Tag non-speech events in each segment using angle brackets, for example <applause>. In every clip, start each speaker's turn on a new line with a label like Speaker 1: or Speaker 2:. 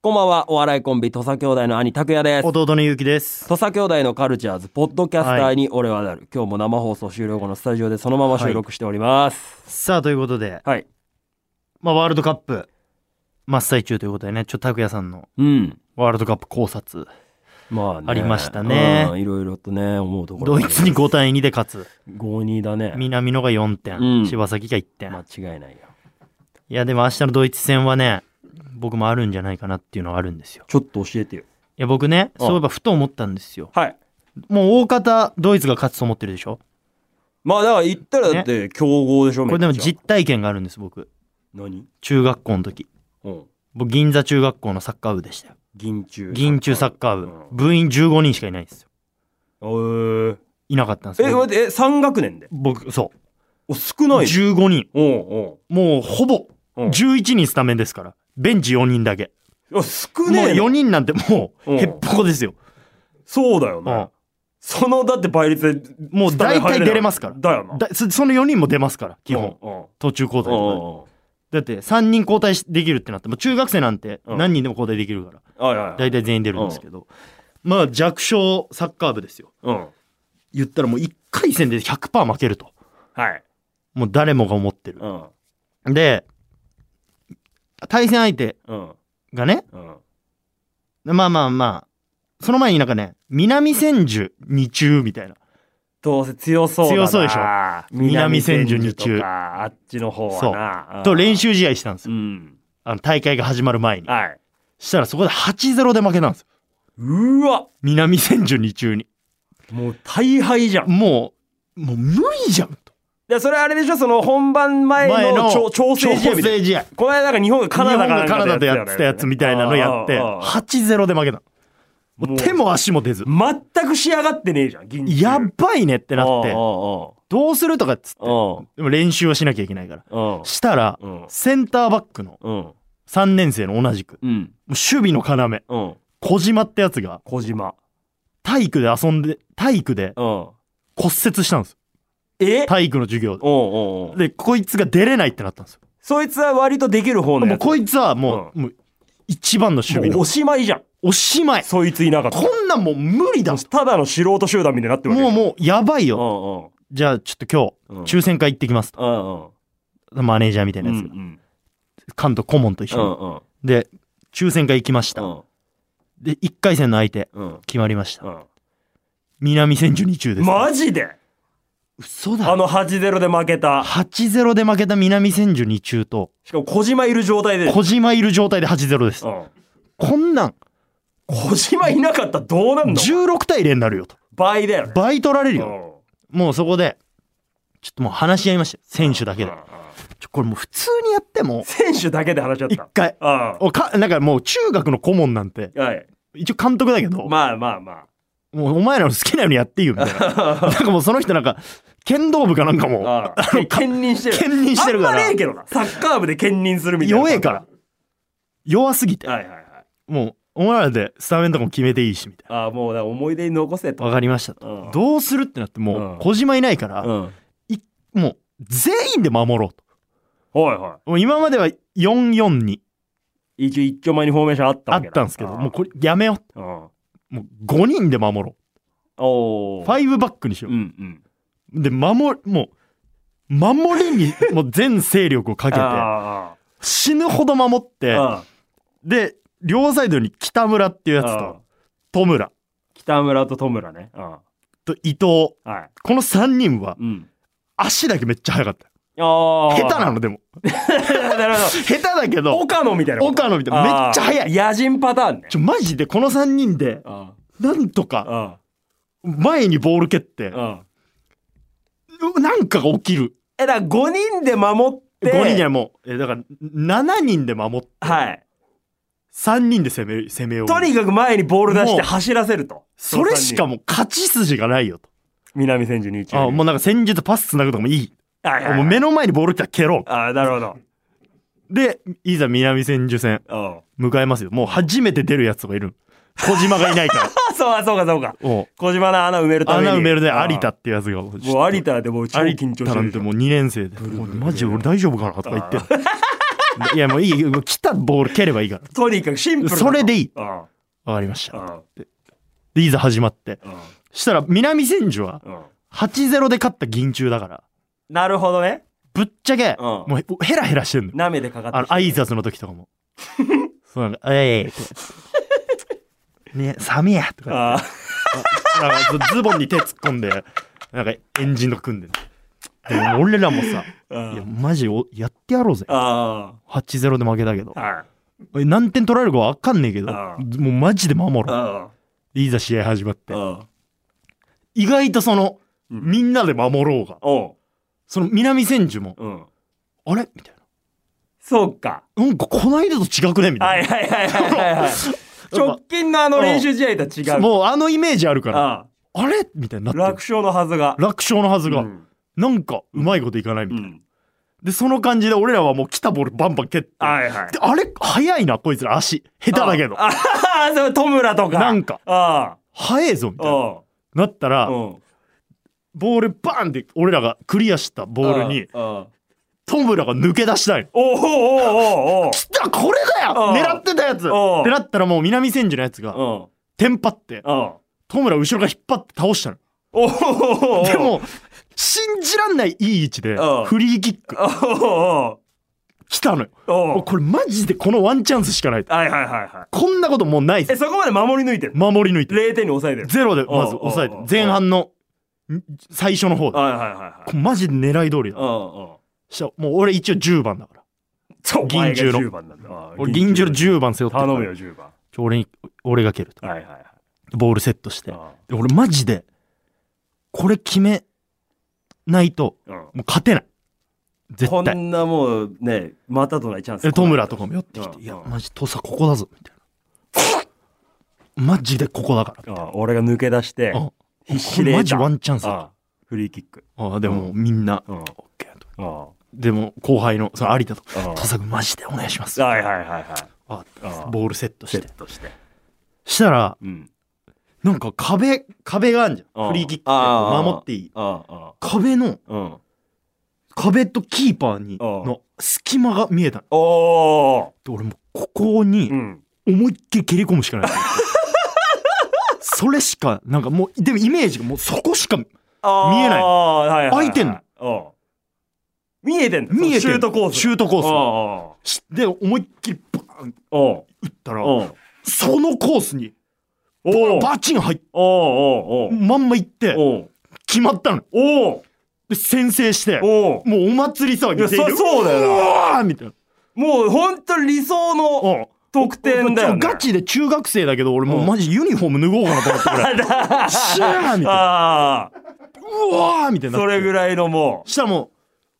Speaker 1: こんばんは、お笑いコンビ、土佐兄弟の兄、拓也です。
Speaker 2: 弟のゆうきです。
Speaker 1: 土佐兄弟のカルチャーズ、ポッドキャスターに俺はなる。今日も生放送終了後のスタジオでそのまま収録しております。
Speaker 2: さあ、ということで、
Speaker 1: はい。
Speaker 2: まあ、ワールドカップ、真っ最中ということでね、ちょっと拓也さんの
Speaker 1: うん。
Speaker 2: ワールドカップ考察。
Speaker 1: まあね。
Speaker 2: ありましたね
Speaker 1: うんいろいろとね、思うところ。
Speaker 2: ドイツに5対2で勝つ。
Speaker 1: 5-2だね。
Speaker 2: 南野が4点、
Speaker 1: うん
Speaker 2: 柴崎が1点。
Speaker 1: 間違いないよ。
Speaker 2: いや、でも明日のドイツ戦はね、僕もあるんじゃないかなっていうのはあるんですよ。
Speaker 1: ちょっと教えてよ。
Speaker 2: いや、僕ね、
Speaker 1: うん
Speaker 2: そういえばふと思ったんですよ。
Speaker 1: はい。
Speaker 2: もう大方、ドイツが勝つと思ってるでしょ
Speaker 1: まあだから言ったらだって、強豪でしょ、
Speaker 2: これでも
Speaker 1: めっちゃ
Speaker 2: 実体験があるんです、僕。
Speaker 1: 何
Speaker 2: 中学校の時。
Speaker 1: うん。
Speaker 2: 僕、銀座中学校のサッカー部でしたよ。
Speaker 1: 銀中。
Speaker 2: 銀中サッカー部。
Speaker 1: うん
Speaker 2: 部員15人しかいないんですよ。
Speaker 1: えー
Speaker 2: いなかったんです
Speaker 1: え、
Speaker 2: よ。
Speaker 1: 待って、え、3学年で
Speaker 2: 僕、そう。
Speaker 1: お、少ないね。
Speaker 2: 15人。
Speaker 1: おう
Speaker 2: もうほぼ、
Speaker 1: おう。うん。
Speaker 2: 11人スタメンですから。ベンチ4人だけ。
Speaker 1: あ少
Speaker 2: もう
Speaker 1: ねえな
Speaker 2: 4人なんても
Speaker 1: う
Speaker 2: う、
Speaker 1: ん
Speaker 2: へっぽこですよ。
Speaker 1: そうだよ
Speaker 2: う
Speaker 1: な。
Speaker 2: ん
Speaker 1: その、だって倍率で、
Speaker 2: もう大体出れますから
Speaker 1: だよな。
Speaker 2: だそその4人も出ますから、基本。
Speaker 1: うん。うん
Speaker 2: 途中交代とか
Speaker 1: うん
Speaker 2: で。だって、3人交代しできるってなって、もう中学生なんて
Speaker 1: うん
Speaker 2: 何人でも交代できるから。
Speaker 1: はいはいはい。
Speaker 2: 大体全員出るんですけど。まあ、弱小サッカー部ですよ。
Speaker 1: うん。
Speaker 2: 言ったらもう1回戦で100%負けると。
Speaker 1: はい。
Speaker 2: もう誰もが思ってる
Speaker 1: う。ん。
Speaker 2: で、対戦相手
Speaker 1: うん。
Speaker 2: がね、
Speaker 1: うん。
Speaker 2: まあまあまあ、その前になんかね、南千住二中みたいな。
Speaker 1: どうせ強そうだな
Speaker 2: 強そうでしょ
Speaker 1: 南
Speaker 2: 南
Speaker 1: 千
Speaker 2: 千
Speaker 1: 住
Speaker 2: 住
Speaker 1: に
Speaker 2: に
Speaker 1: 中
Speaker 2: 中
Speaker 1: あっちの方はな
Speaker 2: と練
Speaker 1: 習
Speaker 2: 習試合したんです
Speaker 1: う
Speaker 2: よ。
Speaker 1: ん
Speaker 2: あの大会が始まる前に。
Speaker 1: はい
Speaker 2: したらそこで8-0で負けたんですよ。
Speaker 1: うわ
Speaker 2: 南千住二中に。
Speaker 1: もう大敗じゃん
Speaker 2: もう、もう無理じゃんと。
Speaker 1: でそれあれでしょその本番前
Speaker 2: 前
Speaker 1: の
Speaker 2: の
Speaker 1: 調調整試合みたいな
Speaker 2: 試合。
Speaker 1: この間なんか日本がカナダ
Speaker 2: 日本が
Speaker 1: か
Speaker 2: カ
Speaker 1: な
Speaker 2: ナダ
Speaker 1: んか
Speaker 2: でやってたやつみたいなのやって、
Speaker 1: ああああ
Speaker 2: 8-0で負けたの。もう手も足も出ず。
Speaker 1: 全く仕上がってねえじゃん銀
Speaker 2: やっ
Speaker 1: っ
Speaker 2: ばいねってなって、どうするとかっつって
Speaker 1: う。ん
Speaker 2: でも練習はしなきゃいけないから。
Speaker 1: うん
Speaker 2: したら、
Speaker 1: うん
Speaker 2: センターバックの
Speaker 1: うん
Speaker 2: 3年生の同じく、も
Speaker 1: うん
Speaker 2: う守備の要、
Speaker 1: うん
Speaker 2: 小島ってやつが、
Speaker 1: 小島
Speaker 2: 体育で遊んで、体育
Speaker 1: う
Speaker 2: で
Speaker 1: ん
Speaker 2: 骨折したんですよ。
Speaker 1: え
Speaker 2: 体育の授業
Speaker 1: おうんうんうん
Speaker 2: で。で、こいつが出れないってなったんですよ。
Speaker 1: そいつは割とできる方の
Speaker 2: も
Speaker 1: や
Speaker 2: う
Speaker 1: つも
Speaker 2: こいつはもう、もう一番の守備
Speaker 1: う
Speaker 2: の
Speaker 1: お。しまいじゃん
Speaker 2: おしまい。
Speaker 1: そいついなかったら
Speaker 2: こんなんもう無理だ。も
Speaker 1: ただの素人集団みたいになってるわけ
Speaker 2: うもうやばいよ。
Speaker 1: も
Speaker 2: じゃあちょっと
Speaker 1: うん
Speaker 2: 今日、抽選会行ってきますと。
Speaker 1: うんうんうん
Speaker 2: マネージャーみたいな
Speaker 1: うん
Speaker 2: や
Speaker 1: う
Speaker 2: つが。
Speaker 1: ん
Speaker 2: 関東顧問と一
Speaker 1: うん
Speaker 2: 緒に。で、抽選会行きました。で、1回戦の相手、
Speaker 1: うんうん
Speaker 2: 決まりました。
Speaker 1: うん
Speaker 2: 南千住二中です。
Speaker 1: マジで
Speaker 2: 嘘だ
Speaker 1: あの8-0で負けた
Speaker 2: 8-0で負けた南千住2中と
Speaker 1: しかも小島いる状態で
Speaker 2: 小島いる状態で8-0です
Speaker 1: うん
Speaker 2: こんなん
Speaker 1: 小島いなかったらどうなんの
Speaker 2: 16対0になるよと
Speaker 1: 倍だよね
Speaker 2: 倍取られるよ
Speaker 1: よ
Speaker 2: もうそこでちょっともう話し合いました選手だけでちょこれもう普通にやっても
Speaker 1: 選手だけで話し合っ
Speaker 2: 一
Speaker 1: た
Speaker 2: 回
Speaker 1: あ
Speaker 2: おかなんかもう中学の顧問なんて
Speaker 1: あはい
Speaker 2: 一応監督だけど
Speaker 1: まあまあま
Speaker 2: もうお前らの好きなようにやっていいよみたいな
Speaker 1: <laughs>
Speaker 2: なんかもうその人なんか剣道部かなんかも
Speaker 1: あああ兼任してる
Speaker 2: 兼任してるから
Speaker 1: あんまねえけどなサッカー部で兼任するみたいな
Speaker 2: 弱えから弱すぎて
Speaker 1: はいはいはい
Speaker 2: もうお前らでスタメンとかも決めていいしみたい
Speaker 1: ああもうだから思い出に残せ
Speaker 2: な
Speaker 1: と
Speaker 2: わかりましたと
Speaker 1: うん
Speaker 2: どうするってなって
Speaker 1: う
Speaker 2: も
Speaker 1: ん
Speaker 2: う小島いないから、
Speaker 1: うんはい
Speaker 2: もう全員で守ろうと。
Speaker 1: はい
Speaker 2: もう今までは442
Speaker 1: 一応一丁前にフォーメーションあった
Speaker 2: あ
Speaker 1: わ
Speaker 2: っ
Speaker 1: けだ
Speaker 2: たんですけど、
Speaker 1: ああ
Speaker 2: もうこれやめよ
Speaker 1: うん、お
Speaker 2: う。もう5人で守ろ
Speaker 1: お
Speaker 2: う。5バックにしよ
Speaker 1: うんうん
Speaker 2: う。で、守、もう、守りにもう全勢力をかけて、
Speaker 1: <laughs> あ
Speaker 2: 死ぬほど守っ
Speaker 1: ー
Speaker 2: て、
Speaker 1: あ
Speaker 2: で、両サイドに北村っていう
Speaker 1: ー
Speaker 2: やつ
Speaker 1: あー
Speaker 2: と、戸村
Speaker 1: 北村と戸村ねあ
Speaker 2: と伊藤、
Speaker 1: ーはい
Speaker 2: この3人は
Speaker 1: うん
Speaker 2: 足だけめっちゃ速かった。
Speaker 1: ああ
Speaker 2: 下手なのでも。
Speaker 1: <laughs> なるほ
Speaker 2: 下手だけ
Speaker 1: ど
Speaker 2: ど、
Speaker 1: 岡野みたいなこと
Speaker 2: 岡野みたいなめっちゃ速い
Speaker 1: あー野人パターンね
Speaker 2: ちょ、マジでこの3人で、
Speaker 1: あ
Speaker 2: なんと
Speaker 1: ー
Speaker 2: か
Speaker 1: あ
Speaker 2: 前にボール蹴って
Speaker 1: ー、あー
Speaker 2: なんかが起きる。
Speaker 1: えだから5人で守って
Speaker 2: 5人じゃない、もう、えだから、7人で守って、
Speaker 1: はい
Speaker 2: 3人で攻め、攻めよう。
Speaker 1: とにかく前にボール出し
Speaker 2: も
Speaker 1: て
Speaker 2: う
Speaker 1: 走らせると
Speaker 2: それしか
Speaker 1: も
Speaker 2: もう勝ち筋がないよと。
Speaker 1: 南千住に一
Speaker 2: あもうなんか戦術パス繋ぐとかもいい。
Speaker 1: うはいはいはい
Speaker 2: もう目の前にボール来たら蹴ろ
Speaker 1: あーなるほど
Speaker 2: う。で、いざ南千住戦
Speaker 1: うん
Speaker 2: 迎えますよ。もう初めて出るやつとかいる。小島がいな
Speaker 1: <laughs>
Speaker 2: いから。
Speaker 1: あそうかそうかそうか
Speaker 2: おう
Speaker 1: 小島の穴埋めるために
Speaker 2: 穴埋めるで
Speaker 1: あー
Speaker 2: 有田ってやつが。もう
Speaker 1: もう有田でもう超緊張して
Speaker 2: なん
Speaker 1: るでし
Speaker 2: て
Speaker 1: ょ
Speaker 2: もう2年生で。もうマジで俺大丈夫かなとか言って。 <laughs> いやもういいもう来たボール蹴れば
Speaker 1: <laughs>
Speaker 2: いいか
Speaker 1: とにかくシンプル
Speaker 2: ら
Speaker 1: な
Speaker 2: それでいい
Speaker 1: うん
Speaker 2: わかりました
Speaker 1: うん
Speaker 2: でいざ始まって
Speaker 1: うん
Speaker 2: したら南千住は
Speaker 1: うん
Speaker 2: 8-0で勝った銀中だから
Speaker 1: なるほどね
Speaker 2: ぶっちゃけ
Speaker 1: うん
Speaker 2: もうへヘラヘラしてんのよ
Speaker 1: なめでかかって
Speaker 2: あの
Speaker 1: きてる
Speaker 2: 挨拶の時とかもそうなんか「えい」とか <laughs> 言って「ね寒いや」とか言って
Speaker 1: ああ
Speaker 2: なんかズボンに手突っ込んで、なんかエンジンとか組んでる。でも俺らもさ、
Speaker 1: うん
Speaker 2: いや、マジおやってやろうぜ。
Speaker 1: あ
Speaker 2: 8-0で負けたけど
Speaker 1: あ。あ
Speaker 2: え何点取られるかわかんねえけど、
Speaker 1: ああ
Speaker 2: もうマジで守ろう。
Speaker 1: あ
Speaker 2: いざ試合始まって。
Speaker 1: あ
Speaker 2: 意外とその、
Speaker 1: うん
Speaker 2: みんなで守ろうが、
Speaker 1: おう
Speaker 2: その南千住も、
Speaker 1: うん
Speaker 2: あれみたい
Speaker 1: そうか
Speaker 2: な。なんかこないだと違くねみた
Speaker 1: はいい
Speaker 2: な。
Speaker 1: はいはいはいはい
Speaker 2: <laughs>
Speaker 1: はい直近のあの練習試合とは違う
Speaker 2: もうあのイメージあるから、あ
Speaker 1: あ
Speaker 2: れみたいに
Speaker 1: あ
Speaker 2: なってる
Speaker 1: 楽勝のはずが
Speaker 2: 楽勝のはずが、
Speaker 1: うん
Speaker 2: なんかうまいこといかないみ
Speaker 1: う
Speaker 2: たいな。
Speaker 1: ん
Speaker 2: で、その感じで俺らはもう来たボールバンバン蹴って、
Speaker 1: はいはい
Speaker 2: であれ早いなこいつら足下手だけど
Speaker 1: ああそう戸村とか
Speaker 2: なんか
Speaker 1: あ
Speaker 2: 早えぞみ
Speaker 1: あ
Speaker 2: たいな
Speaker 1: お
Speaker 2: なった
Speaker 1: う
Speaker 2: ら
Speaker 1: おう
Speaker 2: ボールバーンって俺らがクリアしたボールに
Speaker 1: ああああ
Speaker 2: トムラが抜け出したいの
Speaker 1: おうおうおうおう
Speaker 2: 来たこれだよ
Speaker 1: うん
Speaker 2: 狙ってたやつっ
Speaker 1: うん
Speaker 2: てなったらもう南千住のやつが
Speaker 1: おう
Speaker 2: テンパって
Speaker 1: うんおう
Speaker 2: トムラ後ろが引っ張って倒したの
Speaker 1: おうおうおう
Speaker 2: でも信じらんないいい位置で
Speaker 1: うん
Speaker 2: フリーキック
Speaker 1: おうお
Speaker 2: 来たのよ
Speaker 1: うお
Speaker 2: もう
Speaker 1: う
Speaker 2: これマジでこのワンチャンスしかない
Speaker 1: はいはいはいはい
Speaker 2: こんなこともうない
Speaker 1: え
Speaker 2: ぜ
Speaker 1: そこまで守り抜いてる
Speaker 2: 守り抜いて
Speaker 1: 0点に抑えてる
Speaker 2: ゼロでまず抑えて
Speaker 1: うんうん
Speaker 2: 前半のん最初の方で
Speaker 1: はいはいはいはい
Speaker 2: これマジで狙い通りだ
Speaker 1: うんうん
Speaker 2: したもう俺一応10番だから
Speaker 1: そう
Speaker 2: 銀十の
Speaker 1: お前が10番なんだああ
Speaker 2: 俺銀次郎10番背負ってる
Speaker 1: 頼
Speaker 2: から
Speaker 1: むよ10番
Speaker 2: ちょ俺に俺が蹴ると
Speaker 1: はいはいはい
Speaker 2: ボールセットして
Speaker 1: あ
Speaker 2: で俺マジでこれ決めないと
Speaker 1: あうん
Speaker 2: もう勝てない
Speaker 1: こ
Speaker 2: 絶対
Speaker 1: んなもうねまたとないチャンス
Speaker 2: え戸村とかも寄ってき
Speaker 1: う
Speaker 2: て
Speaker 1: ん
Speaker 2: 「いや
Speaker 1: うん
Speaker 2: マジ土佐ここだぞ」みたいなマジでここだから
Speaker 1: ああ俺が抜け出して
Speaker 2: うん
Speaker 1: 必
Speaker 2: こ
Speaker 1: 死で得た
Speaker 2: れマジワンチャンスだ
Speaker 1: ああフリーキック
Speaker 2: ああでもみんな
Speaker 1: うん
Speaker 2: OK と
Speaker 1: あ
Speaker 2: でも後輩のその有田とか
Speaker 1: あ
Speaker 2: 「土佐君マジでお願いします」
Speaker 1: あ
Speaker 2: あ
Speaker 1: はいはいはいはいあ
Speaker 2: ボールセット
Speaker 1: セ
Speaker 2: して
Speaker 1: ットして
Speaker 2: したら
Speaker 1: うん
Speaker 2: なんか壁壁があるじゃ
Speaker 1: うんん
Speaker 2: フリーキック
Speaker 1: あ
Speaker 2: っ
Speaker 1: あ
Speaker 2: て守っていい
Speaker 1: ああ
Speaker 2: 壁の
Speaker 1: ああうん
Speaker 2: 壁とキーパーに
Speaker 1: ああ
Speaker 2: の隙間が見えたの
Speaker 1: おお
Speaker 2: で俺もうここに
Speaker 1: うん
Speaker 2: 思いっきり蹴り込むし
Speaker 1: <laughs>
Speaker 2: かないと思ってそれしかなんかもうでもイメージがもうそこしか
Speaker 1: ああ
Speaker 2: 見えない
Speaker 1: はいはいはい
Speaker 2: 開いてんの
Speaker 1: の見えてんだ
Speaker 2: 見えて
Speaker 1: シュートコース
Speaker 2: シュートコー
Speaker 1: あ
Speaker 2: スしで思いっきりバーン
Speaker 1: あああ
Speaker 2: 打ったら
Speaker 1: おう
Speaker 2: そのコースに
Speaker 1: おう
Speaker 2: バチン入っ
Speaker 1: おうおうおう
Speaker 2: まんま行って
Speaker 1: おう
Speaker 2: 決まったの
Speaker 1: おう
Speaker 2: で先制して
Speaker 1: おう
Speaker 2: もうお祭り騒ぎで
Speaker 1: いやそそうだよな
Speaker 2: なみたいな
Speaker 1: もう本当理想の
Speaker 2: うん
Speaker 1: 得点だよね。
Speaker 2: ガチで中学生だけど俺もううんマジユニフォーム脱ごうかなと思っ
Speaker 1: <laughs>
Speaker 2: てからいシャーみたいな <laughs>
Speaker 1: ああ、
Speaker 2: うわーみたいにな
Speaker 1: それぐ
Speaker 2: い
Speaker 1: らいのもう、
Speaker 2: したらも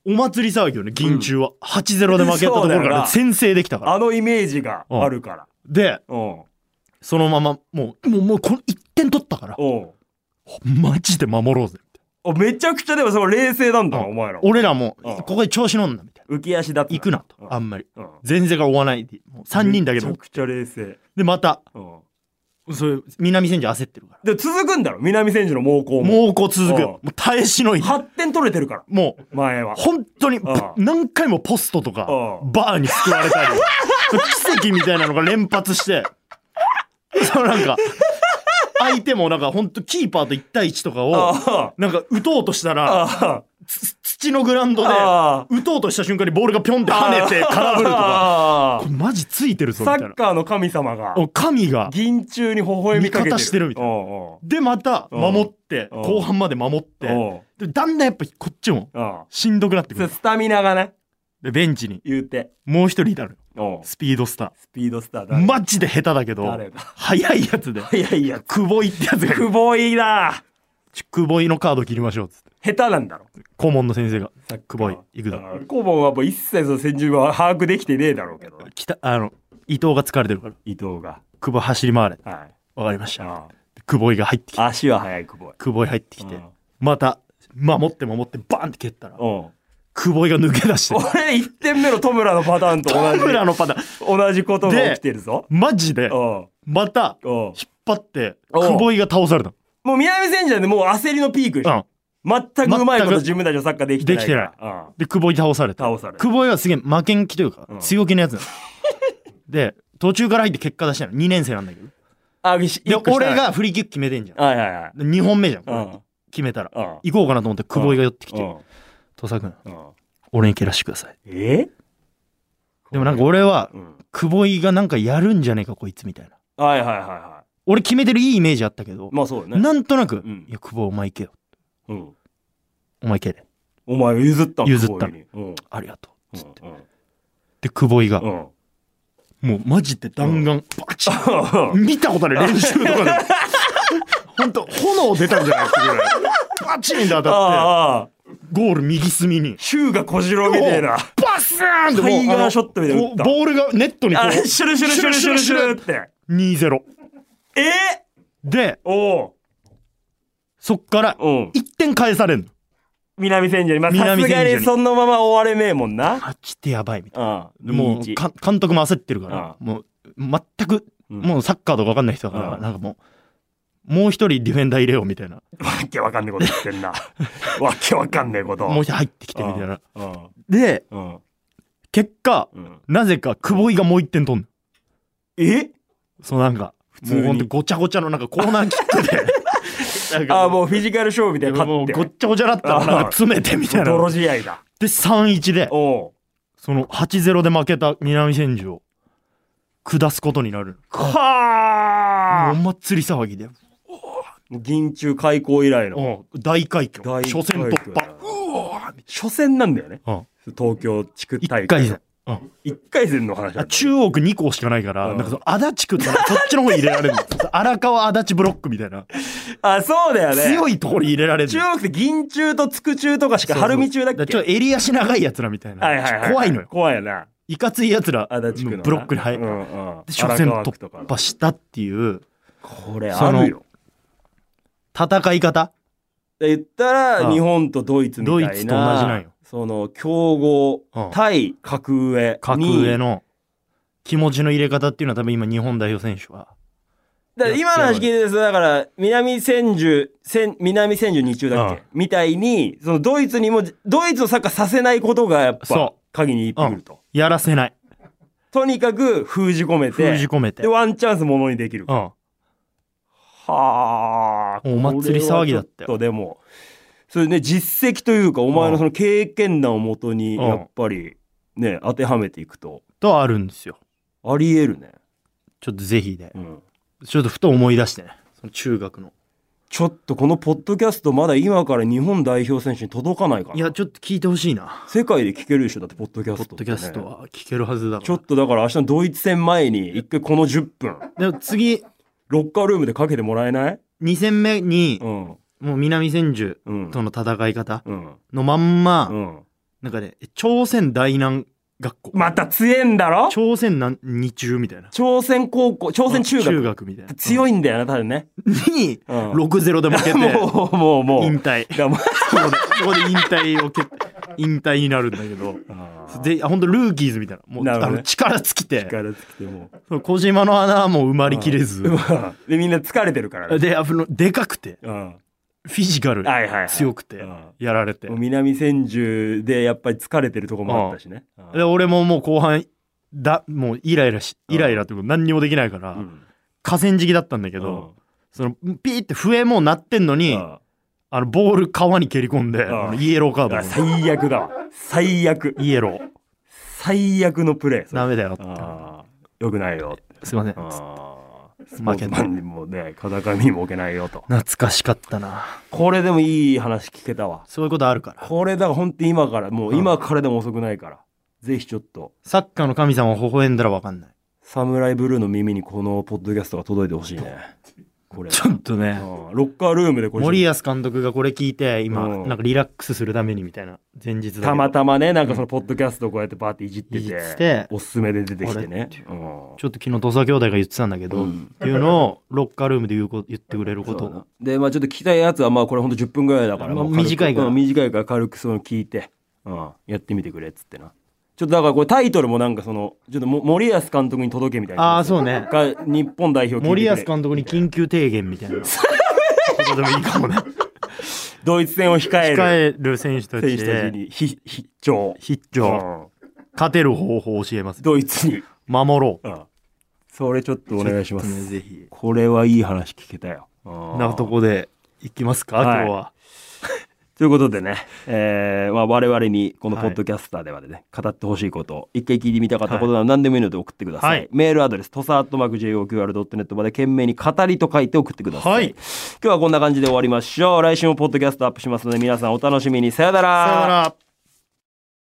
Speaker 2: うお祭り騒ぎよね銀中は、8-0で負けたと
Speaker 1: そ
Speaker 2: ころ
Speaker 1: う
Speaker 2: か
Speaker 1: だよ
Speaker 2: ら
Speaker 1: な
Speaker 2: 先制できたから
Speaker 1: あのイメージがあるから。
Speaker 2: で
Speaker 1: うん。
Speaker 2: そのままもうもうもうこの1点取ったから
Speaker 1: お
Speaker 2: マジで守ろうぜ
Speaker 1: おめちゃくちゃでもその冷静なんだな、
Speaker 2: うん
Speaker 1: お前ら。
Speaker 2: 俺らも
Speaker 1: うん
Speaker 2: ここで調子乗んなみたい
Speaker 1: 浮き足だって。
Speaker 2: な行くなと
Speaker 1: うん
Speaker 2: あんまり
Speaker 1: うん。
Speaker 2: 全然から追わないでもう3人だけ
Speaker 1: め
Speaker 2: ど
Speaker 1: ちゃくちゃ冷静。
Speaker 2: でまた
Speaker 1: うん。
Speaker 2: それ南千住焦ってるか
Speaker 1: で、
Speaker 2: ら
Speaker 1: 続くんだろ、南千住の猛攻も。
Speaker 2: 猛攻続くよも
Speaker 1: う
Speaker 2: う耐えしのいで
Speaker 1: 8点取れてるから、
Speaker 2: もう
Speaker 1: 前は。
Speaker 2: 本当に
Speaker 1: ああ
Speaker 2: 何回もポストとか
Speaker 1: ああ
Speaker 2: バーに救わ
Speaker 1: <laughs>
Speaker 2: れたり奇跡みたいなのが連発してそのなんか相手もなんか本当キーパーと1対1とかを
Speaker 1: あ
Speaker 2: なんか打とうとした
Speaker 1: あ。
Speaker 2: ら
Speaker 1: あ
Speaker 2: つ土のグラウンドで
Speaker 1: あ
Speaker 2: 打とうとした瞬間にボールがピョンって跳ねて空振るとか
Speaker 1: あ
Speaker 2: こ。れマジついてるぞみ
Speaker 1: サ
Speaker 2: たい
Speaker 1: ッ
Speaker 2: な
Speaker 1: カーの神様が、
Speaker 2: お神が
Speaker 1: 銀中に微笑みかけてる。
Speaker 2: 味方してるみたいな
Speaker 1: うんうん
Speaker 2: でまた守って
Speaker 1: うん
Speaker 2: 後半まで守って
Speaker 1: うん
Speaker 2: でだんだんやっぱこっちも
Speaker 1: うん
Speaker 2: しんどくなってく
Speaker 1: そう
Speaker 2: る
Speaker 1: スタミナがね
Speaker 2: でベンチに
Speaker 1: 言うて
Speaker 2: もう一人いたのよ
Speaker 1: うんス
Speaker 2: スピードスター
Speaker 1: ピードスターだ、
Speaker 2: マジで下手だけど
Speaker 1: 誰
Speaker 2: <laughs>
Speaker 1: だ
Speaker 2: 早いやつで
Speaker 1: いやいや
Speaker 2: 久保井ってやつが
Speaker 1: 久保井だ
Speaker 2: ちょ久保井のカード切りましょうっつって
Speaker 1: 下手なんだろ
Speaker 2: 顧問の先生が
Speaker 1: サッカー
Speaker 2: 久保井行くだろ
Speaker 1: うん顧問はもう一切その戦術は把握できてねえだろうけど
Speaker 2: 北あの伊藤が疲れてるから
Speaker 1: 伊藤が
Speaker 2: 久保走り回れ
Speaker 1: はい
Speaker 2: わかりまし
Speaker 1: う
Speaker 2: た
Speaker 1: ん
Speaker 2: 久保井が入ってきて
Speaker 1: 足は速い久保井
Speaker 2: 久保井入ってきて
Speaker 1: うん
Speaker 2: また守って守ってバンって蹴ったら
Speaker 1: うん
Speaker 2: 久保井が抜け出して
Speaker 1: 俺1点目の戸村のパターンと同
Speaker 2: 田
Speaker 1: じ
Speaker 2: 村のパターン
Speaker 1: 同じことが起きてるぞ
Speaker 2: マジで
Speaker 1: うんうん
Speaker 2: また引っ張って久保井が倒された
Speaker 1: もう南千住なんでもう焦りのピークでしょ
Speaker 2: の
Speaker 1: 全くうまいこと自分たちのサッカーできてないから。
Speaker 2: できで久保に倒されて
Speaker 1: 倒されて
Speaker 2: 久保はすげえ負けん気というか、
Speaker 1: うん
Speaker 2: 強気
Speaker 1: <laughs>
Speaker 2: のやつなので途中から入って結果出したの2年生なんだけど
Speaker 1: うん。あ、し
Speaker 2: で
Speaker 1: 一個下
Speaker 2: 俺がフリーキック決めてんじゃん
Speaker 1: はいはいはい。
Speaker 2: 2本目じゃんこ
Speaker 1: う
Speaker 2: れ、
Speaker 1: ん。
Speaker 2: 決めたら
Speaker 1: うん。
Speaker 2: 行こうかなと思って久保井が寄ってき
Speaker 1: う
Speaker 2: て
Speaker 1: ん
Speaker 2: 「土佐君
Speaker 1: うん
Speaker 2: 俺に蹴らしてください
Speaker 1: え」
Speaker 2: でもなんか俺は
Speaker 1: うん。
Speaker 2: 久保井がなんかやるんじゃねえかこいつみたいな
Speaker 1: はいはいはいは
Speaker 2: 俺決めてるいいイメージあったけど
Speaker 1: い。まあそうだね。
Speaker 2: なんとなく
Speaker 1: うん
Speaker 2: 「いや久保お前行けよ
Speaker 1: うん。
Speaker 2: お前蹴れ
Speaker 1: お前を譲ったの
Speaker 2: 譲ったの
Speaker 1: こういう
Speaker 2: ありがとう」
Speaker 1: ふ
Speaker 2: つ
Speaker 1: う
Speaker 2: っ
Speaker 1: に
Speaker 2: て
Speaker 1: うん。
Speaker 2: で久保井が
Speaker 1: うん。うん。
Speaker 2: もうマジで弾丸バチッ
Speaker 1: うん
Speaker 2: 見たことない練習とか
Speaker 1: <laughs>
Speaker 2: でも本当炎出たんじゃないってぐらいバチンって当たっ
Speaker 1: ああ。
Speaker 2: てゴール右隅に
Speaker 1: ヒューが小次郎みたいな。
Speaker 2: バスーンって
Speaker 1: タイガー
Speaker 2: あの
Speaker 1: ショットみたいなの打った
Speaker 2: こうボールがネットにこ
Speaker 1: あれ、シュルシュルシュルシュルシュルって。
Speaker 2: う2-0
Speaker 1: え
Speaker 2: で
Speaker 1: お
Speaker 2: そっから
Speaker 1: お。うん。
Speaker 2: 1点返されんの
Speaker 1: 南千住に。まあ、さ
Speaker 2: 南
Speaker 1: す
Speaker 2: 千住
Speaker 1: が
Speaker 2: に
Speaker 1: にそのまま終われねえもんな。
Speaker 2: あ来てやばいみたい
Speaker 1: うん。
Speaker 2: なも
Speaker 1: 2-1
Speaker 2: うか監督も焦ってるからもう全く
Speaker 1: うん
Speaker 2: もうサッカーとか分かんない人だから
Speaker 1: うん
Speaker 2: なんかもうもう一人ディフェンダー入れようみたいな
Speaker 1: わけわかんねえこと言ってんな。わけわかんねえこと。
Speaker 2: もう一人入ってきてみたいな
Speaker 1: うん。
Speaker 2: で
Speaker 1: うん。
Speaker 2: 結果
Speaker 1: うん。
Speaker 2: なぜか久保井がもう1点取んの
Speaker 1: え
Speaker 2: そうなんか、
Speaker 1: 通に
Speaker 2: もうほんとごちゃごちゃのなんかコーナーキックで。
Speaker 1: <laughs>
Speaker 2: なんか
Speaker 1: ああ、もうフィジカル勝負みたいな勝
Speaker 2: もう
Speaker 1: って。
Speaker 2: ごっちゃごちゃだったらなんか詰めてみたいな。
Speaker 1: 泥試合だ。
Speaker 2: で、3-1で、
Speaker 1: おう。
Speaker 2: その8-0で負けた南千住を下すことになる。もうお
Speaker 1: はあ
Speaker 2: 祭り騒ぎで。
Speaker 1: 銀中開港以来の。
Speaker 2: うん大快
Speaker 1: 大
Speaker 2: 挙。
Speaker 1: 快挙
Speaker 2: 初戦突
Speaker 1: だ
Speaker 2: 破
Speaker 1: よ。
Speaker 2: うわ
Speaker 1: 初戦なんだよね。
Speaker 2: ー
Speaker 1: 東京地区
Speaker 2: 一
Speaker 1: 大
Speaker 2: 回
Speaker 1: 会
Speaker 2: 戦。。うん
Speaker 1: 一回戦の話だった。
Speaker 2: 中央区2校しかないから、
Speaker 1: う
Speaker 2: なんんかその足立区ってそっちの方に入れ
Speaker 1: <laughs>
Speaker 2: られるの荒川足立ブロックみたいな。
Speaker 1: あ、そうだよね。
Speaker 2: 強いところに入れられる
Speaker 1: 中
Speaker 2: の。
Speaker 1: 国って銀中とつく中とかしか春見中だっ
Speaker 2: から
Speaker 1: け
Speaker 2: ちょっと襟足長いやつらみたい
Speaker 1: はいはいは
Speaker 2: な。怖いのよ。
Speaker 1: 怖いよな。
Speaker 2: いかついやつら
Speaker 1: 足立区のな
Speaker 2: ブロックに入
Speaker 1: う
Speaker 2: る、
Speaker 1: んうん。
Speaker 2: で初戦
Speaker 1: 荒川区とか
Speaker 2: 突破したっていう
Speaker 1: これ
Speaker 2: そ
Speaker 1: あ
Speaker 2: の
Speaker 1: るよ。
Speaker 2: 戦い方
Speaker 1: で言った
Speaker 2: あ
Speaker 1: ら
Speaker 2: あ
Speaker 1: 日本とドイツみたいな
Speaker 2: ドイツと同じなんよ
Speaker 1: その強豪
Speaker 2: うん
Speaker 1: 対格上
Speaker 2: 格
Speaker 1: に
Speaker 2: 上の気持ちの入れ方っていうのは多分今日本代表選手は
Speaker 1: だから今の話聞いてですだから南千住千南千住二中だっけ
Speaker 2: ああ
Speaker 1: みたいにそのドイツにもドイツをサッカーさせないことがやっぱ
Speaker 2: そ
Speaker 1: 鍵にってくると。
Speaker 2: やらせない
Speaker 1: とにかく封じ込めて
Speaker 2: 封じ込めて
Speaker 1: でワンチャンスものにできる
Speaker 2: う。ん
Speaker 1: はあ。
Speaker 2: お祭り騒ぎだった
Speaker 1: これは
Speaker 2: よ
Speaker 1: ちょとでも、それね、実績というか、お前のその経験談をもとに、
Speaker 2: うん
Speaker 1: やっぱり、ね、当てはめていくと、
Speaker 2: とあるんですよ
Speaker 1: ありえるね。
Speaker 2: ちょっとぜひで
Speaker 1: うん。
Speaker 2: ちょっとふと思い出してねその中学の
Speaker 1: ちょっとこのポッドキャスト、まだ今から日本代表選手に届かないから。
Speaker 2: いやちょっと聞いてほしいな
Speaker 1: 世界で聞けるでしょ、だって、ポッドキャ
Speaker 2: ポ
Speaker 1: ス
Speaker 2: ッ
Speaker 1: トっ
Speaker 2: ド
Speaker 1: てね、
Speaker 2: キャストは聞けるはずだか
Speaker 1: ちょ
Speaker 2: ら
Speaker 1: っとだから明日のドイツ戦前に一回この10分
Speaker 2: でも次
Speaker 1: ロッカールームでかけてもらえない
Speaker 2: 2戦目に
Speaker 1: うん
Speaker 2: もう南千住
Speaker 1: うん
Speaker 2: との戦い方
Speaker 1: うん
Speaker 2: のまんま、
Speaker 1: うん
Speaker 2: なんかね朝鮮大南学校
Speaker 1: また強えんだろ
Speaker 2: 朝鮮南二中みたいな
Speaker 1: 朝鮮高校朝鮮中学
Speaker 2: 中学みたいな
Speaker 1: 強
Speaker 2: い
Speaker 1: いんだよな多分ね
Speaker 2: に
Speaker 1: うん
Speaker 2: 6-0で負けて
Speaker 1: もうもうもう
Speaker 2: 引退
Speaker 1: い <laughs> やもう
Speaker 2: そこでそこで引退を決引退になるんだけど <laughs> であ本当ルーキーズみたいなもう、
Speaker 1: なるほ
Speaker 2: あ
Speaker 1: どね
Speaker 2: の力尽きて
Speaker 1: 力尽きてもう
Speaker 2: 小島の穴はもう埋まりきれず
Speaker 1: でみんな疲れてるからね
Speaker 2: であのでかくて
Speaker 1: うんは
Speaker 2: フィジカル
Speaker 1: いはいはい
Speaker 2: 強くて
Speaker 1: うん
Speaker 2: やられて
Speaker 1: もう南千住でやっぱり疲れてるとこもあったしね
Speaker 2: で俺ももう後半だもうイライラし
Speaker 1: うん
Speaker 2: イライラってこと何にもできないから、
Speaker 1: うん
Speaker 2: 河川敷だったんだけ
Speaker 1: け
Speaker 2: ど、そのピーって笛もう鳴ってんのに、
Speaker 1: うん
Speaker 2: あの、ボール川に蹴り込んで、
Speaker 1: ああ
Speaker 2: あのイエローカード
Speaker 1: あ
Speaker 2: の。
Speaker 1: 最悪だわ最悪
Speaker 2: イエロー。
Speaker 1: 最悪のプレーそれ
Speaker 2: ダメだよって。
Speaker 1: あーよくないよ
Speaker 2: すいません。
Speaker 1: あースポー
Speaker 2: 負け
Speaker 1: ツ
Speaker 2: た
Speaker 1: マンにもね風上にも置けないよと
Speaker 2: 懐かしかったな。
Speaker 1: これでもいい話聞けたわ
Speaker 2: そういうことあるから。
Speaker 1: これだから本当に今からもう
Speaker 2: うん
Speaker 1: 今からでも遅くないから、ぜひちょっと
Speaker 2: サッカーの神様は微笑んだらわかんない。
Speaker 1: サムライブルーの耳にこのポッドキャストが届いてほしいねこれ
Speaker 2: ちょっとね。
Speaker 1: うんロッカールームでこれ
Speaker 2: 森保監督がこれ聞いて、今、
Speaker 1: うん
Speaker 2: なんかリラックスするためにみたいな、前日だけど
Speaker 1: たまたまねなんかそのポッドキャストをこうやってバーっていじって
Speaker 2: いじ
Speaker 1: て
Speaker 2: って
Speaker 1: おすすめで出てきて
Speaker 2: あれっ
Speaker 1: ね
Speaker 2: て
Speaker 1: う
Speaker 2: い
Speaker 1: ん
Speaker 2: ちょっと昨日土佐兄弟が言ってたんだけど、
Speaker 1: うん
Speaker 2: っていうのをロッカールームで言うこ言ってくれるこ
Speaker 1: そうだ
Speaker 2: と
Speaker 1: なでまあちょっと聞きたいやつはまあこれほんと10分ぐらいだから、
Speaker 2: まあ
Speaker 1: もう軽く
Speaker 2: 短いから
Speaker 1: うん短いから軽くその聞いて、うん、やってみてくれっつってなちょっとだからこれタイトルもなんかそのちょっとも森保監督に届けみたいな
Speaker 2: あーそうね
Speaker 1: が日本代表聞いてくれ
Speaker 2: 森保監督に緊急提言みたいなことでもいいかもね
Speaker 1: ドイツ戦を控 <laughs> える
Speaker 2: 控える選手たち
Speaker 1: 選手た
Speaker 2: へ
Speaker 1: ちにひ必聴、
Speaker 2: 必
Speaker 1: う
Speaker 2: 勝
Speaker 1: ん
Speaker 2: 勝てる方法を教えます
Speaker 1: ドイツに、
Speaker 2: 守ろ
Speaker 1: うんそれちょっとお願いしま
Speaker 2: う、ね、
Speaker 1: す
Speaker 2: ぜひ
Speaker 1: これはいい話聞けたようん
Speaker 2: なとこで行きますか、
Speaker 1: はい
Speaker 2: 今日は
Speaker 1: ということでね、えーまあ、我々にこのポッドキャスターではね、語ってほしいこと一回聞いてみたかったことなら何でもいいので送ってください、
Speaker 2: はい
Speaker 1: メールアドレスとさーっとマーク JOQR.net まで懸命に「語り」と書いて送ってください、
Speaker 2: はい
Speaker 1: 今日はこんな感じで終わりましょう来週もポッドキャストアップしますので皆さんお楽しみにさよな
Speaker 2: さよなら